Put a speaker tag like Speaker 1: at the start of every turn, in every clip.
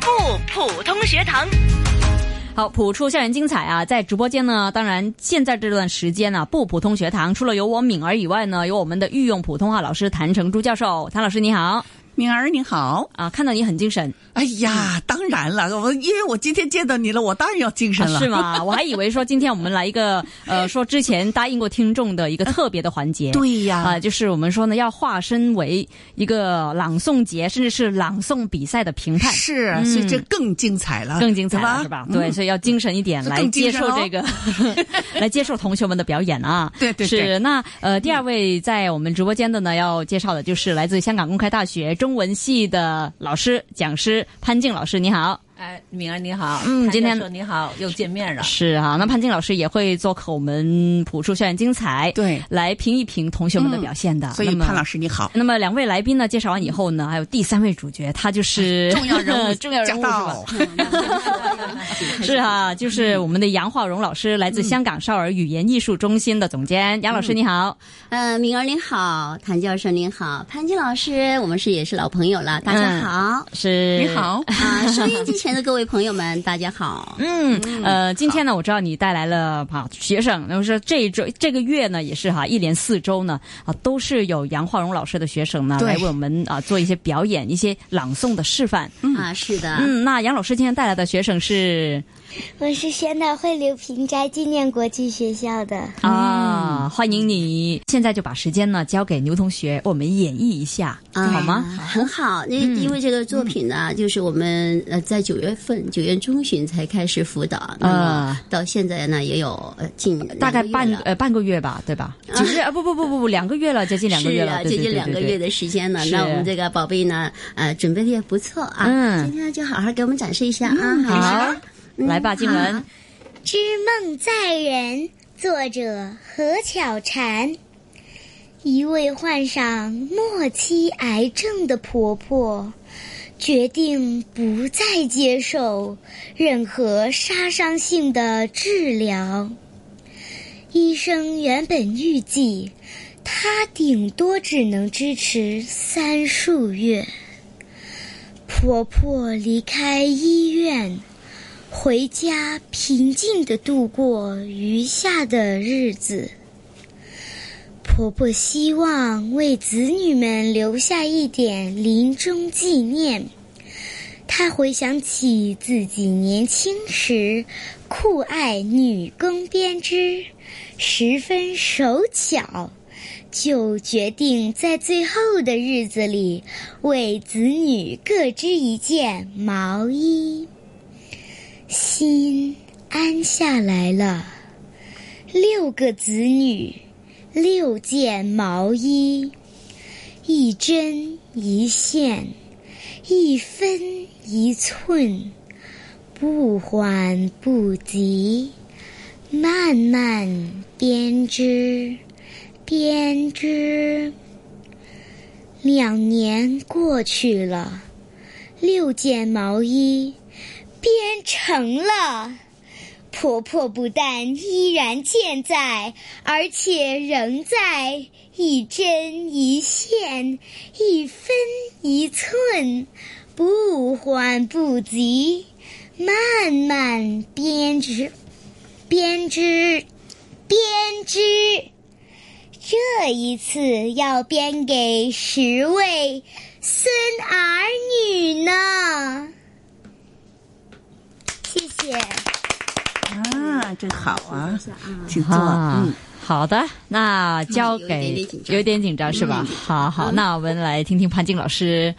Speaker 1: 普通学堂。
Speaker 2: 好，普出校园精彩啊！在直播间呢，当然现在这段时间呢、啊，不普通学堂除了有我敏儿以外呢，有我们的御用普通话老师谭成珠教授。谭老师你嗯好
Speaker 3: 敏儿你好，
Speaker 2: 啊，看到你很精 神，
Speaker 3: 哎呀，当然了，我因为我今天见到你了，我当然要精
Speaker 2: 啊
Speaker 3: 神了。
Speaker 2: 是吗？我还以为说今天我们来一个呃，说之前答应过听众的一个特别的环节。
Speaker 3: 对呀，
Speaker 2: 啊、就是我们说呢，要化身为一个朗诵节，甚至是朗诵比赛的评判，
Speaker 3: 是，所以这更精彩了，
Speaker 2: 更精彩了，
Speaker 3: 对
Speaker 2: 是吧？
Speaker 3: 啊嗯
Speaker 2: 对，所以要精神一点
Speaker 3: 这
Speaker 2: 来
Speaker 3: 更
Speaker 2: 接
Speaker 3: 精神哦
Speaker 2: 受这个， 来接受同学们的表演啊。
Speaker 3: 对对对
Speaker 2: 是。那呃，第二位在我们直播间的呢，要介绍的就是来自香港公开大学中文系的老师、讲师潘静老师，你好。
Speaker 4: 哎，敏儿你好，
Speaker 2: 嗯
Speaker 4: 谭
Speaker 2: 今天
Speaker 4: 教授你好，又见 面了。
Speaker 2: 是啊，那潘静老师也会做客我们普出校园精彩，
Speaker 3: 对嗯
Speaker 2: 来评一评同学们的表现的。
Speaker 3: 所以潘老
Speaker 2: 师。
Speaker 3: 师你好，
Speaker 2: 啊那么两位来宾呢？介绍完以后呢，还有第三位主角，他就是
Speaker 3: 哎重要人物，
Speaker 2: 重要人物是吧？
Speaker 3: 是
Speaker 2: 是啊，就是我们的杨化荣老师，来自香港少儿语言艺术中心的总监杨老师，你好。
Speaker 5: 呃，敏儿您好，谭教授您好，潘金老师，我们是也是老朋友了，大
Speaker 2: 嗯
Speaker 5: 家好、
Speaker 2: 是
Speaker 3: 你。好，
Speaker 5: 啊！收音机前的各位朋友们，大家好。
Speaker 2: 嗯，呃，今天呢，我知道你带来了哈、学生，那么说这一周这个月呢，也是哈、一连四周呢啊，都是有杨化荣老师的学生呢
Speaker 3: 对
Speaker 2: 来为我们啊做一些表演、一些朗诵的示范。
Speaker 5: 啊，是的，
Speaker 2: 嗯，那杨老师今天带来的学生是
Speaker 6: 我是宣大汇流平斋纪念国际学校的。
Speaker 2: 啊，欢迎你。现在就把时间呢交给牛同学，我们演绎一下，
Speaker 5: 啊
Speaker 2: 好吗？？嗯
Speaker 5: 很好，那因为这个作品呢，就是我们呃在九月份九月中旬才开始辅导，那么到现在呢也有呃近
Speaker 2: 啊大概
Speaker 5: 两个月
Speaker 2: 半
Speaker 5: 了啊
Speaker 2: 呃半个月吧，对吧？几日啊？不不不不不，两个月了，接近两个月
Speaker 5: 是
Speaker 2: 了，
Speaker 5: 啊，
Speaker 2: 对
Speaker 5: 接
Speaker 2: 对
Speaker 5: 近
Speaker 2: 对
Speaker 5: 两
Speaker 2: 对
Speaker 5: 个
Speaker 2: 对
Speaker 5: 月的时间了。
Speaker 2: 是
Speaker 5: 那我们这个宝贝呢，呃，准备的也不错啊。
Speaker 2: 嗯
Speaker 5: 今天就好好给我们展示一下啊。好
Speaker 2: 好
Speaker 5: 吗，嗯
Speaker 2: 来吧，静文
Speaker 5: 好。
Speaker 6: 《知梦在人》，作者何巧婵。一位患上末期癌症的婆婆，决定不再接受任何杀伤性的治疗。医生原本预计，她顶多只能支持三数月。婆婆离开医院。回家平静地度过余下的日子。婆婆希望为子女们留下一点临终纪念。她回想起自己年轻时酷爱女工编织，十分手巧，就决定在最后的日子里为子女各织一件毛衣。心安下来了。六个子女，六件毛衣，一针一线，一分一寸，不缓不急，慢慢编织，编织。两年过去了，六件毛衣。编成了。婆婆不但依然健在，而且仍在一针一线、一分一寸，不缓不急，慢慢编织、编织、编织。这一次要编给十位孙儿女呢。谢谢。
Speaker 3: 啊，真好啊，请坐，
Speaker 2: 啊
Speaker 3: 嗯，，
Speaker 2: 好的，那交
Speaker 5: 有一点
Speaker 2: 给
Speaker 5: 点紧张
Speaker 2: 有一点紧张是吧？好好，那我们来听听潘静老师，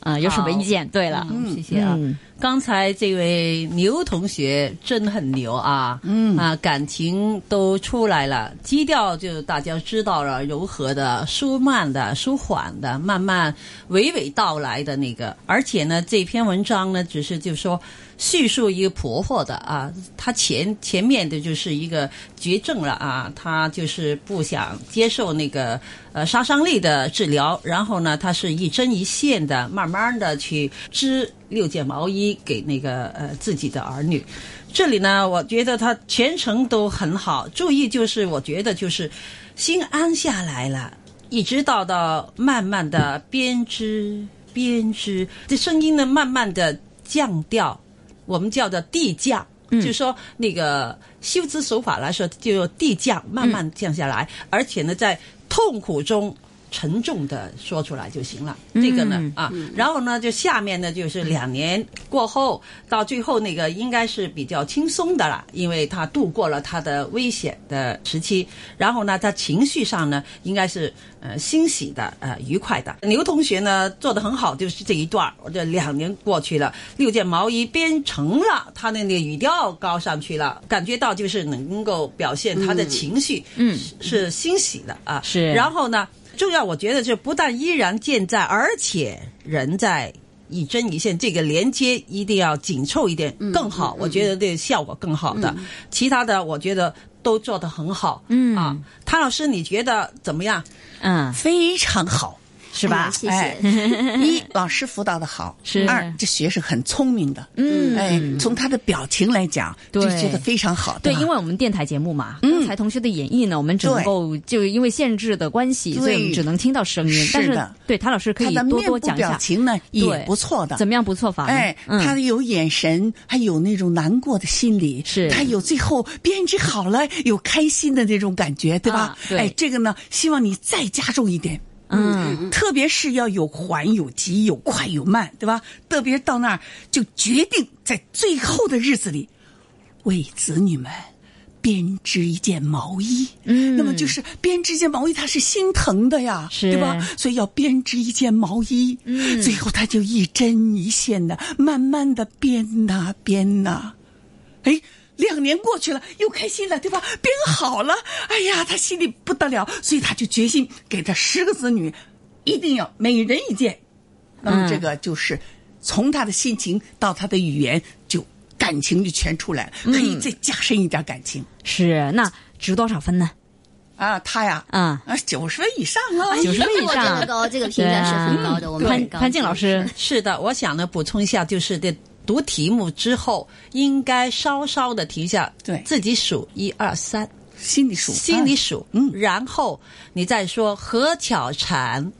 Speaker 2: 呃，有什么
Speaker 4: 好
Speaker 2: 意见？对了，
Speaker 4: 嗯，谢谢啊。
Speaker 2: 嗯
Speaker 4: 刚才这位牛同学真很牛啊，嗯啊，感情都出来了，基调就大家知道了，柔和的、舒慢的、舒缓的，慢慢娓娓道来的那个。而且呢，这篇文章呢，只是就说叙述一个婆婆的啊，她前前面的就是一个绝症了啊，她就是不想接受那个呃杀伤力的治疗，然后呢，她是一针一线的，慢慢的去织六件毛衣给那个呃自己的儿女。这里呢，我觉得她全程都很好，注意就是我觉得就是心安下来了，一直到到慢慢的编织编织，这声音呢慢慢的降调，我们叫做递降，就是说那个修辞手法来说，就有递降，慢慢降下来，而且呢，在痛苦中。沉重的说出来就行了，这个呢啊，然后呢，就下面呢就是两年过后，到最后那个应该是比较轻松的了，因为他度过了他的危险的时期，然后呢，他情绪上呢应该是呃欣喜的呃愉快的。牛同学呢做的很好，就是这一段儿，这两年过去了，六件毛衣编成了，他的那个语调高上去了，感觉到就是能够表现他的情绪，
Speaker 2: 嗯
Speaker 4: 是，是欣喜的啊，
Speaker 2: 是
Speaker 4: 然后呢。重要，我觉得是不但依然健在，而且人在一针一线，这个连接一定要紧凑一
Speaker 2: 嗯
Speaker 4: 点，更好。我觉得这个效果更好的，其他的我觉得都做得很好。
Speaker 2: 嗯
Speaker 4: 啊，谭老师，你觉得怎么样？
Speaker 2: 嗯，
Speaker 3: 非 常好。
Speaker 2: 是吧？
Speaker 5: 嗯谢
Speaker 3: 哎
Speaker 5: 谢。
Speaker 3: 一老师辅导的好，
Speaker 2: 是
Speaker 3: 二这学生很聪明的，
Speaker 2: 嗯
Speaker 3: 哎，从他的表情来讲，就
Speaker 2: 对
Speaker 3: 觉得非常好的。
Speaker 2: 对，
Speaker 3: 吧
Speaker 2: 因为我们电台节目嘛，刚才同学的演绎呢，我们只能够就因为限制的关系，
Speaker 3: 对
Speaker 2: 所以我们只能听到声音。
Speaker 3: 是
Speaker 2: 但是
Speaker 3: 的，
Speaker 2: 对谭老师可
Speaker 3: 他
Speaker 2: 以
Speaker 3: 的
Speaker 2: 多
Speaker 3: 面
Speaker 2: 多
Speaker 3: 部
Speaker 2: 讲一
Speaker 3: 表
Speaker 2: 下，
Speaker 3: 情呢也
Speaker 2: 对
Speaker 3: 不错的。
Speaker 2: 怎么样不错法呢？
Speaker 3: 哎，
Speaker 2: 嗯
Speaker 3: 他有眼神，还有那种难过的心理，
Speaker 2: 是
Speaker 3: 他有最后编织好了，有开心的那种感觉，对吧？
Speaker 2: 啊对
Speaker 3: 哎，这个呢，希望你再加重一点。
Speaker 2: 嗯，
Speaker 3: 特别是要有缓有急，有快有慢，对吧？特别到那儿就决定在最后的日子里，为子女们编织一件毛衣。
Speaker 2: 嗯
Speaker 3: 那么就是编织一件毛衣，它是心疼的呀，
Speaker 2: 是
Speaker 3: 对吧？所以要编织一件毛衣。嗯，最后它就一针一线的，慢慢的编呐、编呐、哎，两年过去了，又开心了，对吧？变 好了，哎呀，他心里不得了，所以他就决心给他十个子女，一定要每人一件。那么
Speaker 2: 嗯
Speaker 3: 这个就是从他的心情到他的语言，就感情就全出来了，
Speaker 2: 嗯
Speaker 3: 可以再加深一点感情。
Speaker 2: 是那值多少分呢？
Speaker 3: 啊，他呀，
Speaker 2: 啊
Speaker 3: 啊，九十分以上啊，
Speaker 2: 九十分以
Speaker 5: 我觉
Speaker 2: 上
Speaker 5: 得，高，这个评价是很高的，我们
Speaker 2: 嗯潘
Speaker 5: 很高
Speaker 2: 潘静老
Speaker 5: 兴
Speaker 2: 师，
Speaker 4: 是的，我想呢补充一下，就是这读题目之后，应该稍稍的停下，
Speaker 3: 对
Speaker 4: 自己数一二三，
Speaker 3: 心里数，
Speaker 4: 心里
Speaker 3: 数，
Speaker 4: 数，
Speaker 3: 嗯
Speaker 4: 然后你再说何巧蝉，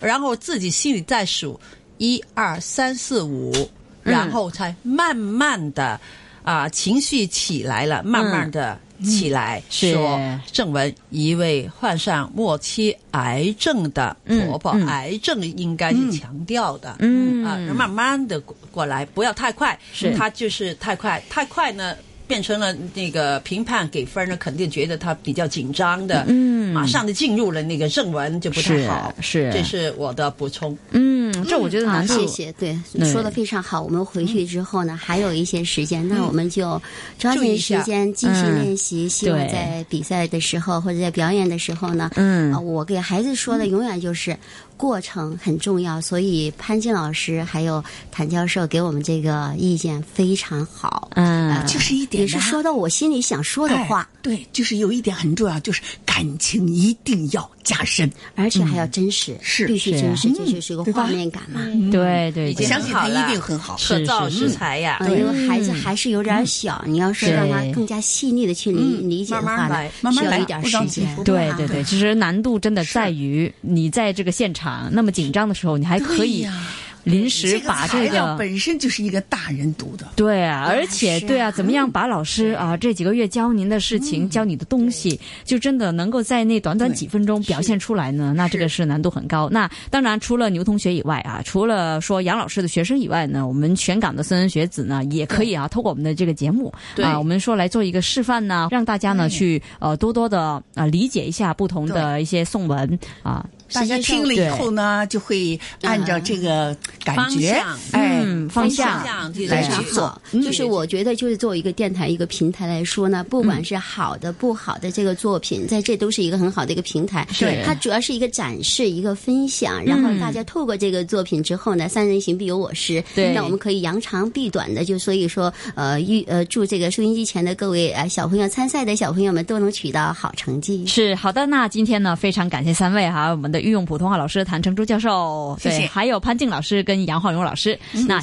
Speaker 4: 然后自己心里再数一二三四五，
Speaker 3: 嗯
Speaker 4: 然后才慢慢的啊、情绪起来了，慢慢的
Speaker 3: 嗯
Speaker 4: 起来、
Speaker 2: 是
Speaker 4: 说正文一位患上末期癌症的婆婆，
Speaker 2: 嗯嗯
Speaker 4: 癌症应该是强调的，
Speaker 2: 嗯
Speaker 4: 啊，慢慢的过来，不要太快，
Speaker 2: 是
Speaker 4: 她就是太快，太快呢。变成了那个评判给分呢，肯定觉得她比较紧张的，
Speaker 2: 嗯
Speaker 4: 马上就进入了那个正文，就不太好。
Speaker 2: 是是
Speaker 4: 这是我的补充。
Speaker 2: 嗯，这我觉得
Speaker 5: 啊，
Speaker 2: 难度
Speaker 5: 谢谢，对，
Speaker 2: 对嗯
Speaker 5: 说的非常好。我们回去之后呢，还有一些时间，那我们就抓
Speaker 4: 注意
Speaker 5: 紧
Speaker 4: 一下
Speaker 5: 时间继续
Speaker 2: 嗯
Speaker 5: 练习。希望
Speaker 2: 对
Speaker 5: 在比赛的时候或者在表演的时候呢，
Speaker 2: 嗯
Speaker 5: 啊我给孩子说的永远就是过程很重要。所以潘静老师还有谭教授给我们这个意见非常好，
Speaker 2: 嗯
Speaker 5: 啊
Speaker 3: 就是一点
Speaker 5: 也
Speaker 3: 的
Speaker 5: 是
Speaker 3: 啊
Speaker 5: 说到我心里想说的话，
Speaker 3: 哎对，就是有一点很重要，就是感情一定要加深。
Speaker 5: 而且还要真实，
Speaker 3: 是
Speaker 5: 必须
Speaker 2: 嗯是啊
Speaker 5: 真实，这就是一个
Speaker 3: 对吧
Speaker 5: 画面感嘛。
Speaker 2: 对对
Speaker 4: 已
Speaker 3: 我
Speaker 4: 经
Speaker 3: 相
Speaker 2: 对，
Speaker 3: 信
Speaker 4: 很
Speaker 3: 他
Speaker 4: 好了
Speaker 3: 一定很好。
Speaker 4: 可造
Speaker 2: 是是哎
Speaker 4: 之材呀，
Speaker 5: 啊，因为
Speaker 2: 嗯
Speaker 5: 孩子还是有点小，你要是让他
Speaker 2: 对
Speaker 5: 更加细腻的去理理解的
Speaker 4: 慢
Speaker 5: 话
Speaker 4: 慢
Speaker 5: 呢
Speaker 4: 来，
Speaker 3: 嗯慢慢
Speaker 5: 需要
Speaker 3: 来
Speaker 5: 一点
Speaker 3: 不
Speaker 5: 时
Speaker 3: 着急
Speaker 5: 间。
Speaker 2: 对
Speaker 5: 啊
Speaker 2: 对对，其实难度真的在于你在这个现场那么紧张的时候，你还可
Speaker 3: 对
Speaker 2: 以
Speaker 3: 呀
Speaker 2: 临时把
Speaker 3: 材
Speaker 2: 这
Speaker 3: 料
Speaker 2: 个
Speaker 3: 本身就是一个大人读的，
Speaker 2: 对啊，而且
Speaker 5: 是啊
Speaker 2: 对啊，怎么样把老师啊这几个月教您的事情、教你的东西，就真的能够在那短短几分钟表现出来呢？那这个是难度很高。那当然，除了牛同学以外啊，除了说杨老师的学生以外呢，我们全港的莘莘学子呢，也可以啊，透过我们的这个节目
Speaker 4: 对
Speaker 2: 啊，我们说来做一个示范呢，让大家呢去呃多多的啊理解一下不同的一些颂文啊，
Speaker 3: 大家听了以后呢，就会按照这个感觉
Speaker 4: 方向，
Speaker 3: 哎，
Speaker 2: 嗯，方向
Speaker 4: 这样
Speaker 5: 非
Speaker 3: 来
Speaker 5: 常
Speaker 3: 去
Speaker 5: 好
Speaker 3: 做，嗯
Speaker 4: 嗯
Speaker 5: 就是我觉得，就是作为一个电台、一个平台来说呢，不
Speaker 3: 嗯
Speaker 5: 管是好的、不好的这个作品，在这都是一个很好的一个平台。
Speaker 2: 是嗯
Speaker 5: 它主要是一个展示、一个分享，然后大家透过这个作品之后呢，三人行必有我师。
Speaker 2: 对
Speaker 5: 那我们可以扬长避短的，就所以说，呃，预呃，祝这个收音机前的各位啊小朋友参赛的小朋友们都能取到好成绩。
Speaker 2: 是好的，那今天呢，非常感谢三位哈、我们的御用普通话老师谭成珠教授，
Speaker 3: 谢谢嗯
Speaker 2: 对，还有潘静老师跟杨浩荣老师。那